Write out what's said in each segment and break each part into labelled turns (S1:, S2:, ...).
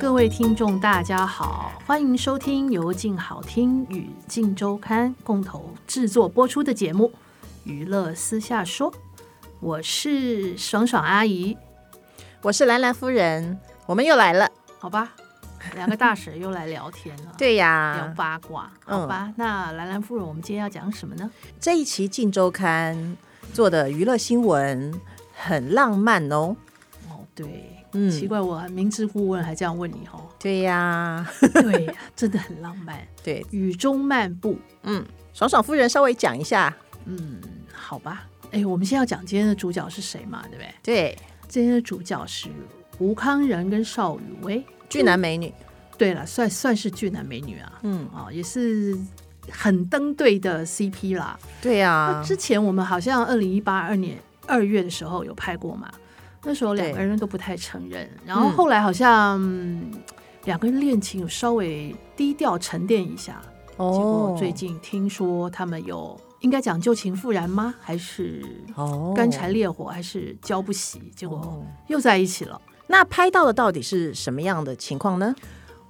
S1: 各位听众，大家好，欢迎收听由静好听与静周刊共同制作播出的节目《娱乐私下说》，我是爽爽阿姨，
S2: 我是兰兰夫人，我们又来了。，
S1: 好吧？ 两个大婶又来聊天了
S2: 对啊
S1: 聊
S2: 呀，
S1: 八卦，好吧？那兰兰夫人，我们今天要讲什么呢？
S2: 这一期《镜周刊》做的娱乐新闻很浪漫哦。
S1: 哦，对，
S2: 嗯
S1: 奇怪，我明知故问还这样问你哦。
S2: 对呀，
S1: 对呀，真的很浪漫，
S2: 对，
S1: 雨中漫步，
S2: 嗯，爽爽夫人稍微讲一下。
S1: 嗯，好吧。哎，我们先要讲今天的主角是谁嘛，对不对？
S2: 对，
S1: 今天的主角是吴康仁跟邵雨薇。
S2: 俊男美女，
S1: 对了，算算是俊男美女啊，
S2: 嗯，
S1: 哦，也是很登对的 CP 啦。
S2: 对
S1: 那
S2: 呀，
S1: 之前我们好像二零一八二年二月的时候有拍过嘛，那时候两个人都不太承认，然后
S2: 嗯
S1: 后来好像、嗯两个人恋情有稍微低调沉淀一下，
S2: 哦
S1: 结果最近听说他们有应该讲旧情复燃吗？还是
S2: 哦
S1: 干柴烈火？还是浇不熄？结果
S2: 哦
S1: 又在一起了。
S2: 那拍到的到底是什么样的情况呢？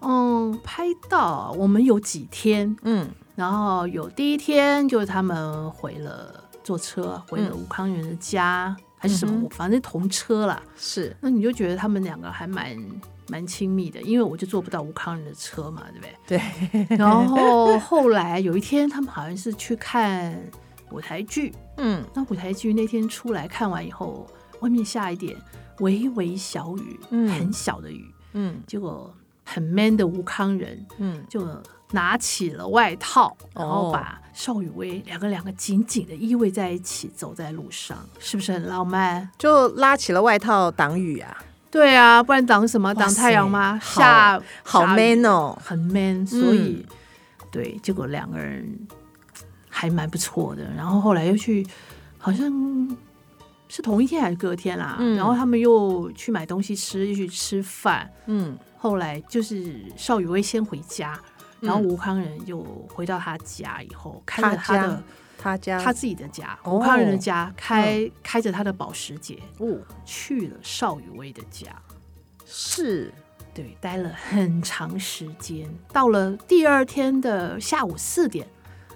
S1: 嗯，拍到我们有几天，
S2: 嗯，
S1: 然后有第一天就是他们回了坐车回了
S2: 嗯
S1: 吴康源的家、还是什么，
S2: 嗯哼
S1: 反正同车啦。
S2: 是
S1: 那你就觉得他们两个还蛮蛮亲密的，因为我就坐不到吴康人的车嘛，对不对？
S2: 对，
S1: 然 后后来有一天，他们好像是去看舞台剧，
S2: 嗯，
S1: 那舞台剧那天出来看完以后，外面下一点微微小雨，
S2: 嗯
S1: 很小的雨，
S2: 嗯
S1: 结果很 man 的吴康人
S2: 嗯，
S1: 就拿起了外套，然后
S2: 哦
S1: 把邵雨薇两个两个紧紧的依偎在一起，走在路上，是不是很浪漫？
S2: 就拉起了外套挡雨啊，
S1: 对啊，不然挡什么？
S2: 哇
S1: 挡
S2: 塞
S1: 太阳吗？
S2: 好
S1: 下
S2: 好
S1: 下雨
S2: man 哦，
S1: 很 man，所以、对，结果两个人还蛮不错的。然后后来又去，好像是同一天还是隔天啦。
S2: 嗯
S1: 然后他们又去买东西吃，又去吃饭。
S2: 嗯，
S1: 后来就是邵雨薇先回家，
S2: 嗯
S1: 然后吴康仁又回到他家以后，开了他的
S2: 他家
S1: 他自己的家，
S2: 哦
S1: 吴康仁的家，开、开着他的保时捷
S2: 哦
S1: 去了邵雨薇的家。
S2: 是
S1: 对，待了很长时间。到了第二天的下午四点，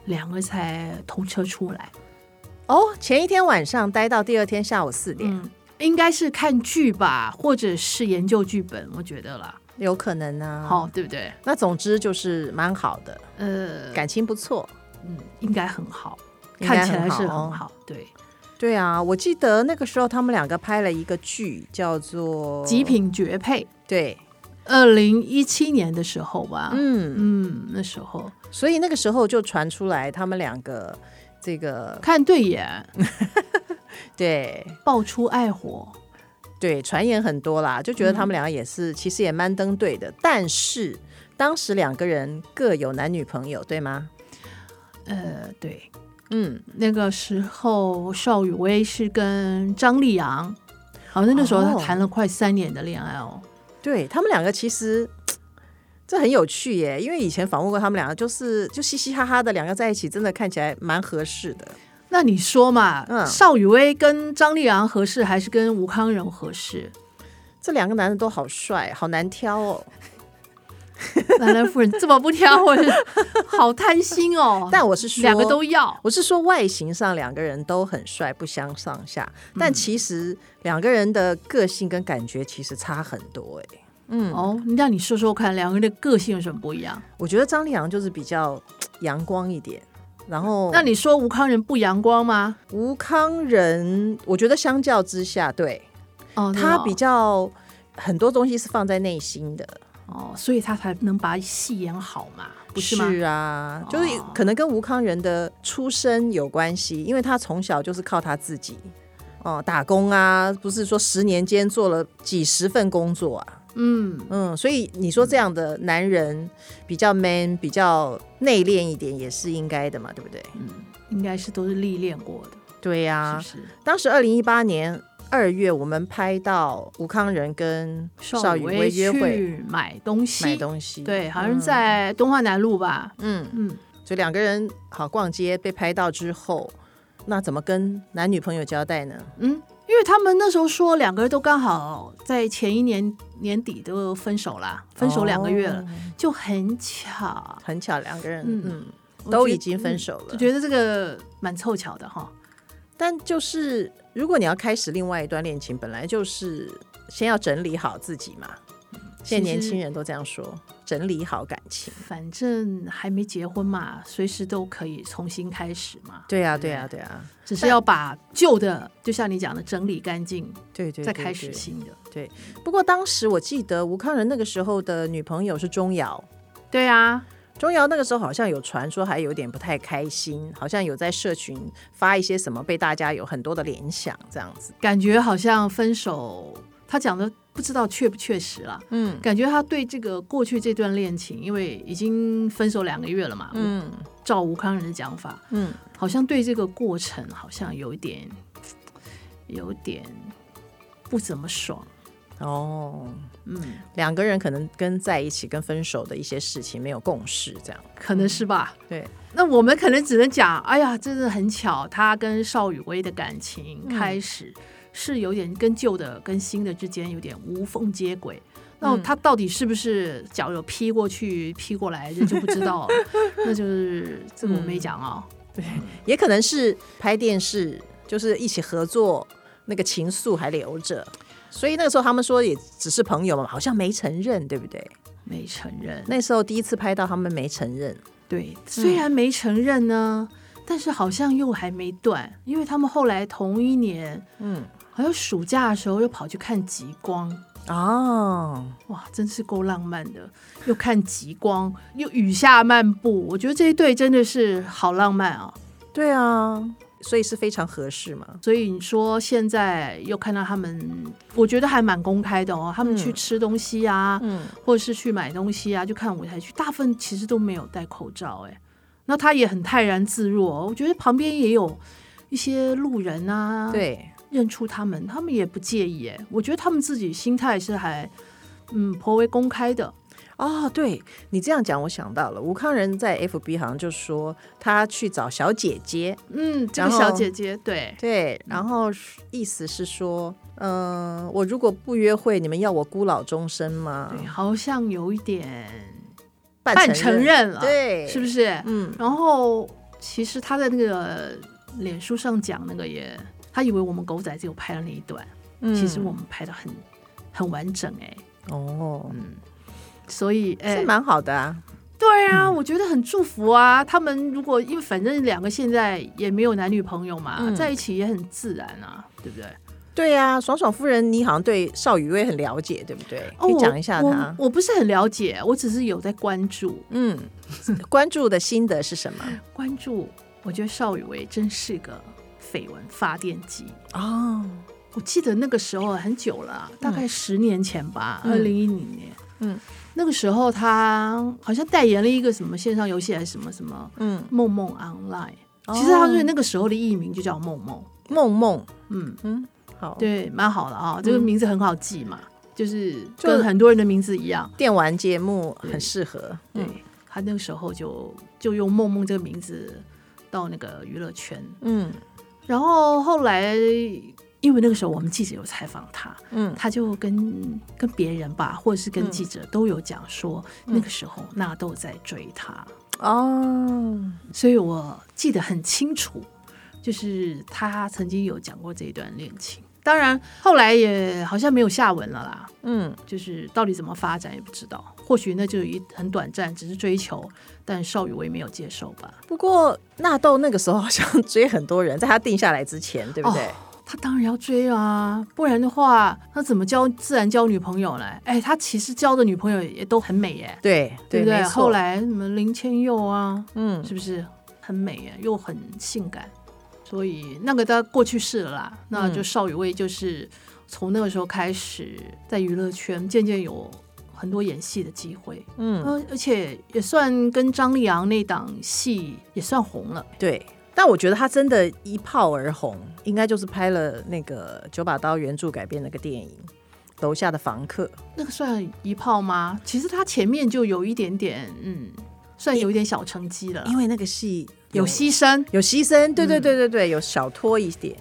S1: 两个才同车出来。
S2: 哦，前一天晚上待到第二天下午四点，
S1: 嗯，应该是看剧吧，或者是研究剧本，我觉得啦。
S2: 有可能啊。
S1: 好、对不对？
S2: 那总之就是蛮好的，
S1: 呃，
S2: 感情不错。
S1: 嗯，应该很好，
S2: 应该
S1: 看起来是
S2: 很好哦
S1: 很好。对，
S2: 对啊，我记得那个时候他们两个拍了一个剧，叫做
S1: 《
S2: 《
S1: 极》。品绝配》
S2: 对，
S1: 二零一七年的时候吧。
S2: 嗯，
S1: 嗯，那时候
S2: 所以那个时候就传出来他们两个这个
S1: 看对眼，
S2: 对
S1: 爆出爱火。
S2: 对，传言很多啦，就觉得他
S1: 嗯
S2: 们两个也是、其实也蛮登对的，但是当时两个人各有男女朋友，对吗？
S1: 呃，对，
S2: 嗯，
S1: 那个时候，邵雨薇是跟张丽阳，好像那时候她
S2: 哦
S1: 谈了快三年的恋爱哦。
S2: 对他们两个其实这很有趣耶，因为以前访问过他们两个，就是就嘻嘻哈哈的两个在一起，真的看起来蛮合适的。
S1: 那你说嘛，
S2: 嗯
S1: 邵雨薇跟张丽阳合适，还是跟吴康仁合适？
S2: 这两个男的都好帅，好难挑哦。
S1: 兰兰夫人这么不挑，我是好贪心哦。
S2: 但我是说，
S1: 两个都要，
S2: 我是说外形上两个人都很帅，不相上下，
S1: 嗯
S2: 但其实两个人的个性跟感觉其实差很多哎、嗯，
S1: 哦，那你说说看，两个人的个性有什么不一样？
S2: 我觉得张立阳就是比较嘖阳光一点，然后
S1: 那你说吴康仁不阳光吗？
S2: 吴康仁，我觉得相较之下，对
S1: 哦，
S2: 他
S1: 对哦
S2: 比较很多东西是放在内心的，
S1: 哦，所以他才能把戏演好嘛，不是吗？
S2: 啊
S1: 哦，
S2: 就是可能跟吴康仁的出身有关系，因为他从小就是靠他自己哦、打工啊，不是说十年间做了几十份工作啊，
S1: 嗯，
S2: 嗯，所以你说这样的男人比较 man，比较内敛一点，也是应该的嘛，对不对？
S1: 应该是都是历练过的，
S2: 对呀、
S1: 是不是？
S2: 当时二零一八年二月，我们拍到吴康仁跟邵雨薇
S1: 薇
S2: 约会
S1: 去买东西，
S2: 买东西，
S1: 对，好像在敦化南路吧。
S2: 嗯，
S1: 嗯，
S2: 就两个人好逛街被拍到之后，那怎么跟男女朋友交代呢？
S1: 嗯因为他们那时候说两个人都刚好在前一年年底都分手啦，分手两个月了，
S2: 哦
S1: 就很巧，
S2: 很巧，两个人
S1: 嗯
S2: 嗯
S1: 我
S2: 都
S1: 觉嗯
S2: 已经分手了
S1: 就，觉得这个蛮凑巧的哈。
S2: 但就是如果你要开始另外一段恋情，本来就是先要整理好自己嘛。现在年轻人都这样说，整理好感情。
S1: 反正还没结婚嘛，随时都可以重新开始嘛，
S2: 对啊，对啊，对啊，
S1: 只是要把旧的，就像你讲的，整理干净，
S2: 对对对
S1: 再开始
S2: 对
S1: 新的。
S2: 不过当时我记得吴康仁那个时候的女朋友是钟瑶，
S1: 对啊，
S2: 钟瑶那个时候好像有传说还有点不太开心，好像有在社群发一些什么，被大家有很多的联想这样子。
S1: 感觉好像分手，他讲的不知道确不确实啦。
S2: 嗯
S1: 感觉他对这个过去这段恋情，因为已经分手两个月了嘛，
S2: 嗯
S1: 照吴康仁的讲法，
S2: 嗯，
S1: 好像对这个过程好像有一点，有点不怎么爽。
S2: 哦，
S1: 嗯，
S2: 两个人可能跟在一起跟分手的一些事情没有共识，这样
S1: 可能是吧。
S2: 对。
S1: 那我们可能只能讲，哎呀，真的很巧，他跟邵雨薇的感情开始是有点跟旧的跟新的之间有点无缝接轨。那他到底是不是脚有劈过去劈过来，这就不知 道了。那就是这个我没讲啊、
S2: 也可能是拍电视，就是一起合作，那个情愫还留着。所以那个时候他们说也只是朋友嘛，好像没承认，对不对？
S1: 没承认。嗯
S2: 那时候第一次拍到他们没承认，
S1: 对，虽然没承认呢，但是好像又还没断，因为他们后来同一年，
S2: 嗯，
S1: 好像暑假的时候又跑去看极光，
S2: 哦，
S1: 哇，真是够浪漫的，又看极光，又雨下漫步，我觉得这一对真的是好浪漫啊。
S2: 对啊，所以是非常合适嘛。
S1: 所以你说现在又看到他们，我觉得还蛮公开的哦。他们去吃东西啊，
S2: 嗯，
S1: 或者是去买东西啊，去看舞台剧，大部分其实都没有戴口罩、哎，那他也很泰然自若、哦。我觉得旁边也有一些路人啊，，
S2: 对，
S1: 认出他们，他们也不介意、哎，我觉得他们自己心态是还嗯颇为公开的。
S2: 哦，对你这样讲，我想到了吴康仁在 FB 好像就说他去找小姐姐，
S1: 嗯，这个
S2: 然后
S1: 小姐姐，对，
S2: 对，然后意思是说，嗯、我如果不约会，你们要我孤老终生吗？
S1: 对，好像有一点
S2: 半
S1: 嗯半承认了，，
S2: 对，
S1: 是不
S2: 是？
S1: 是？
S2: 嗯，
S1: 然后其实他在那个脸书上讲那个也，他以为我们狗仔只有拍了那一段，其实我们拍的很很完整哎、
S2: 哦，
S1: 所以哎、
S2: 是蛮好的啊。
S1: 对啊，我觉得很祝福啊。他们如果因为反正两个现在也没有男女朋友嘛，
S2: 嗯
S1: 在一起也很自然啊，对不对？
S2: 对呀、爽爽夫人，你好像对邵雨薇很了解，对不对？可以
S1: 哦我
S2: 讲一下她。
S1: 我。我不是很了解，我只是有在关注
S2: 嗯，关注的心得是什么？
S1: 关注。我觉得邵雨薇真是个绯闻发电机。
S2: 哦，
S1: 我记得那个时候很久了啊，大概十年前吧，二
S2: 嗯
S1: 零一零年。
S2: 嗯，
S1: 那个时候他好像代言了一个什么线上游戏还是什么什么
S2: 嗯，
S1: 梦梦 online。
S2: 哦
S1: 其实他对那个时候的艺名就叫梦梦，
S2: 梦梦，
S1: 嗯，
S2: 嗯，好，
S1: 对，蛮好的
S2: 嗯
S1: 啊、这个名字很好记嘛，就是
S2: 就
S1: 跟很多人的名字一样。
S2: 电玩节目很适合。
S1: 对、他那个时候就就用梦梦这个名字到那个娱乐圈，
S2: 嗯
S1: 然后后来因为那个时候我们记者有采访他，
S2: 嗯
S1: 他就跟跟别人吧，或者是跟记者都有讲说，那个时候纳豆在追他，
S2: 哦，
S1: 所以我记得很清楚，就是他曾经有讲过这一段恋情。当然，后来也好像没有下文了啦，
S2: 嗯
S1: 就是到底怎么发展也不知道。或许那就有一很短暂，只是追求，但邵雨薇没有接受吧？
S2: 不过纳豆那个时候好像追很多人，在他定下来之前，对不对？
S1: 哦他当然要追啊，不然的话，他怎么交自然交女朋友呢？哎，他其实交的女朋友也都很美耶、
S2: 对
S1: 对不对？
S2: 没错
S1: 后来什么林千佑啊，
S2: 嗯
S1: 是不是很美耶，又很性感？所以那个他过去式了啦，那就邵雨薇就是从那个时候开始，在娱乐圈渐渐有很多演戏的机会，呃
S2: 嗯，
S1: 而而且也算跟张丽阳那档戏也算红了。
S2: 对。但我觉得他真的一炮而红，应该就是拍了那个九把刀原著改编那个电影《楼下的房客》。
S1: 那个算一炮吗？其实他前面就有一点点，嗯，算有一点小成绩了，
S2: 因为那个戏
S1: 有牺牲。
S2: 有牺牲，对对对对对，有小拖一点，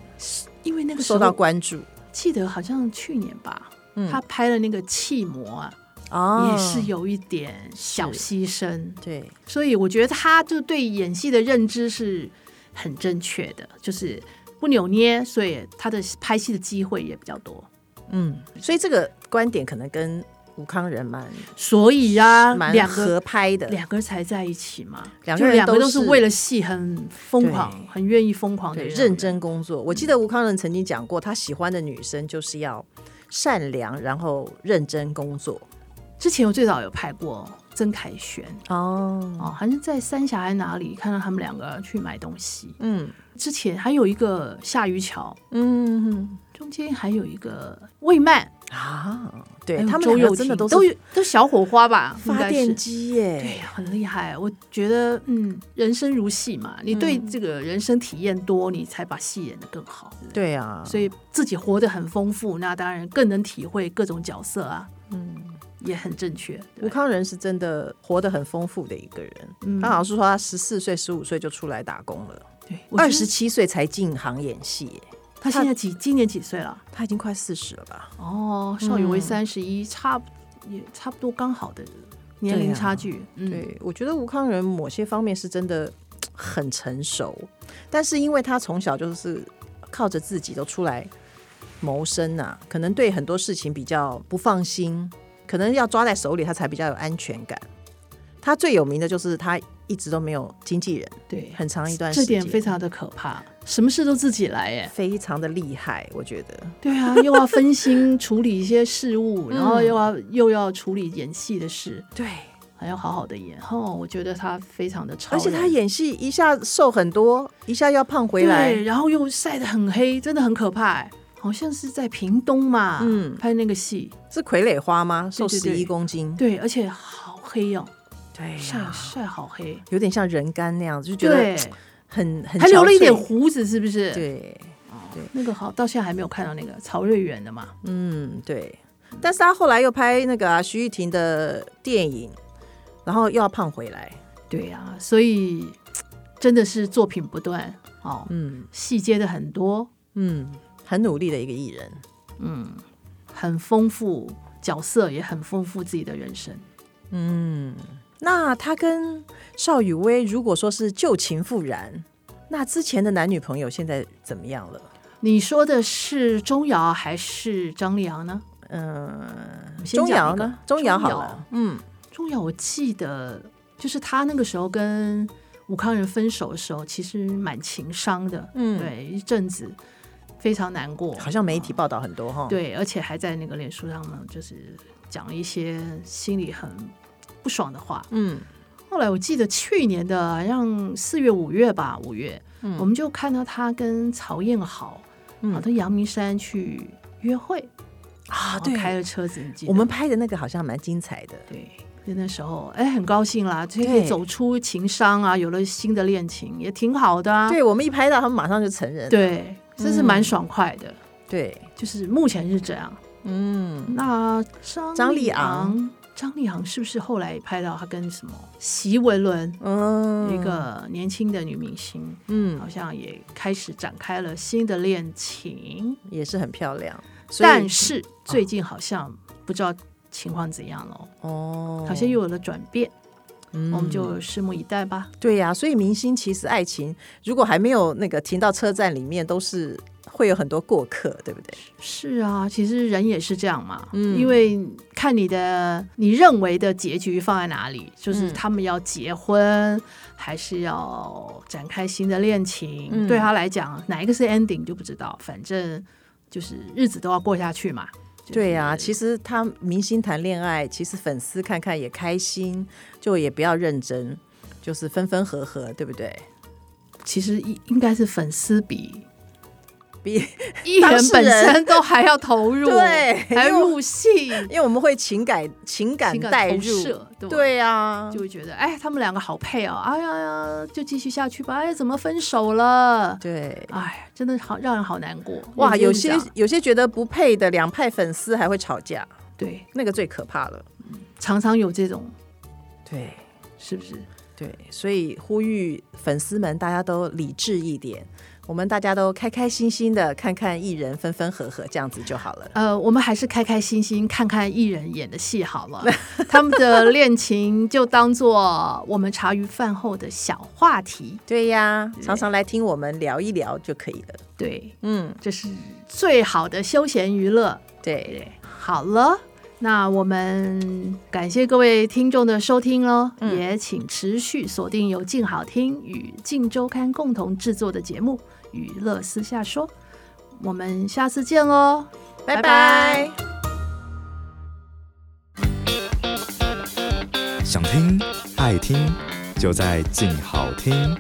S1: 因为那个时
S2: 受到
S1: 候
S2: 关注
S1: 记得好像去年吧，
S2: 嗯
S1: 他拍了那个《气魔》啊，
S2: 哦
S1: 也是有一点小牺牲，
S2: 对，
S1: 所以我觉得他就对演戏的认知是很正确的，就是不扭捏，所以他的拍戏的机会也比较多。
S2: 嗯，所以这个观点可能跟吴康仁蛮
S1: 所以啊，
S2: 蛮
S1: 两个
S2: 合拍的，
S1: 两个才在一起嘛，
S2: 两
S1: 就
S2: 个人
S1: 两个
S2: 都
S1: 都是
S2: 是
S1: 为了戏很疯狂
S2: 对，
S1: 很愿意疯狂的
S2: 对，
S1: 人嗯
S2: 认。真工作。我记得吴康仁曾经讲过，他喜欢的女生就是要善良，然后认真工作。
S1: 之前我最早有拍过曾凯旋
S2: 哦，
S1: 哦，好像在三峡还是哪里看到他们两个去买东西。
S2: 嗯
S1: 之前还有一个下渔桥，
S2: 嗯
S1: 中间还有一个魏曼，
S2: 啊，
S1: 还
S2: 对
S1: 有
S2: 他们
S1: 哎周
S2: 两
S1: 又
S2: 个真的
S1: 廷
S2: 都
S1: 都
S2: 是
S1: 有都小火花吧，应
S2: 发
S1: 该
S2: 电
S1: 是。
S2: 机
S1: 对
S2: 耶，
S1: 呀，很厉害。我觉得，嗯，人生如戏嘛，你对
S2: 嗯
S1: 这个人生体验多，你才把戏演得更好。对不对
S2: 对啊，
S1: 所以自己活得很丰富，那当然更能体会各种角色啊，
S2: 嗯，
S1: 也很正确。对
S2: 吴康仁是真的活得很丰富的一个人。
S1: 嗯
S2: 他好像是说他十四岁、十五岁就出来打工了，
S1: 对，我觉得
S2: 二十七岁才进行演戏耶，
S1: 他现在几今年几岁了？
S2: 他已经快四十了吧？
S1: 哦，少羽为三十一，差不也差不多刚好的年龄差距。嗯，
S2: 啊对，我觉得吴康仁某些方面是真的很成熟，但是因为他从小就是靠着自己都出来谋生呐、可能对很多事情比较不放心，可能要抓在手里他才比较有安全感。他最有名的就是他一直都没有经纪人，
S1: 对，
S2: 很长一段
S1: 这
S2: 时间，
S1: 点非常的可怕，什么事都自己来耶。
S2: 非常的厉害，我觉得。
S1: 对啊，又要分心处理一些事物， 然后
S2: 嗯
S1: 又要又要处理演戏的事，
S2: 对，
S1: 还要好好的演。哦，我觉得他非常的超
S2: 而
S1: 人，
S2: 且他演戏一下瘦很多，一下要胖回
S1: 对，
S2: 来，
S1: 然后又晒得很黑，真的很可怕欸。好像是在屏东嘛，
S2: 嗯
S1: 拍那个戏，
S2: 是傀儡花吗？瘦
S1: 对对
S2: 十
S1: 对
S2: 一公斤，
S1: 对，而且好黑哦，
S2: 对
S1: 晒
S2: 呀
S1: 晒好黑，
S2: 有点像人干那样子，就觉
S1: 对
S2: 得，很很憔悴
S1: 还留了一点胡子，是不是？，
S2: 对，
S1: 那个好，到现在还没有看到那个曹瑞远的嘛。
S2: 嗯对。但是他后来又拍那个啊徐玉婷的电影，然后又要胖回来，
S1: 对呀、所以真的是作品不断哦，
S2: 嗯
S1: 细节的很多，
S2: 嗯，很努力的一个艺人。
S1: 很丰富，角色也很丰富自己的人生。
S2: 那他跟邵雨薇如果说是旧情复燃，那之前的男女朋友现在怎么样了？
S1: 你说的是钟瑶还是张丽阳呢？
S2: 嗯，
S1: 先
S2: 钟瑶
S1: 讲一个
S2: 呢？钟瑶好
S1: 钟瑶
S2: 了，嗯，
S1: 重要，我记得就是他那个时候跟武康人分手的时候，其实蛮情伤的，
S2: 嗯
S1: 对，一阵子非常难过，
S2: 好像媒体报道很多哈。，
S1: 对，而且还在那个脸书上呢，就是讲了一些心里很不爽的话。
S2: 嗯，
S1: 后来我记得去年的好像四月、五月吧，五月，我们就看到他跟曹燕豪
S2: 嗯
S1: 跑到阳明山去约会
S2: 啊，
S1: 然后
S2: 对，
S1: 开了车子，你记得
S2: 我们拍的那个好像蛮精彩的。
S1: 对，就那时候，哎，很高兴啦，就可以
S2: 对
S1: 走出情伤啊，有了新的恋情，也挺好的啊。
S2: 对，我们一拍到，他们马上就承认。
S1: 对，这是
S2: 嗯
S1: 蛮爽快的，
S2: 对，
S1: 就是目前是这样。
S2: 嗯，
S1: 那张
S2: 张
S1: 丽
S2: 立
S1: 昂，张丽昂是不是后来也拍到她跟什么席文伦、
S2: 嗯，
S1: 一个年轻的女明星，
S2: 嗯，
S1: 好像也开始展开了新的恋情，
S2: 也是很漂亮。所以嗯
S1: 但是最近好像不知道情况怎样了，
S2: 哦，
S1: 好像又有了转变，
S2: 嗯
S1: 我们就拭目以待吧。
S2: 对呀、所以明星其实爱情如果还没有那个停到车站里面，都是会有很多过客，对不对？
S1: 是啊，其实人也是这样嘛，
S2: 嗯
S1: 因为看你的你认为的结局放在哪里，就是
S2: 嗯
S1: 他们要结婚，还是要展开新的恋情，
S2: 嗯
S1: 对他来讲，哪一个是 ending 就不知道，反正就是日子都要过下去嘛。就是
S2: 对呀、其实他明星谈恋爱，其实粉丝看看也开心，就也不要认真，就是 分分合合，对不对？
S1: 其实应应该是粉丝比
S2: 比
S1: 艺人
S2: 当事
S1: 本
S2: 人
S1: 身都还要投入，
S2: 对
S1: 还
S2: 因为我
S1: 入戏，
S2: 因为我们会情感情感
S1: 情感
S2: 代
S1: 投
S2: 入，
S1: 射对吧
S2: 对啊
S1: 就，会觉得哎，他们两个好配哦，哎呀呀，就继续下去吧，哎，怎么分手了？
S2: 对。
S1: 哎，真的好让人好难过
S2: 哇，有
S1: 认真
S2: 些
S1: 讲
S2: 有些觉得不配的两派粉丝还会吵架，
S1: 对，
S2: 那个最可怕了。
S1: 常常有这种，
S2: 对
S1: 是不是？
S2: 对，所以呼吁粉丝们，大家都理智一点，我们大家都开开心心的看看艺人分分合合，这样子就好了。
S1: 呃，我们还是开开心心看看艺人演的戏好 了，他们的恋情就当做我们茶余饭后的小话题。
S2: 对呀，常常来听我们聊一聊就可以了。
S1: 对，
S2: 嗯，
S1: 这是最好的休闲娱乐。
S2: 对，
S1: 好了，那我们感谢各位听众的收听喽，也请持续锁定由静好听与静周刊共同制作的节目《娱乐私下说》，我们下次见喽。拜
S2: 拜
S1: 拜
S2: 拜
S3: 想听爱听，就在静好听。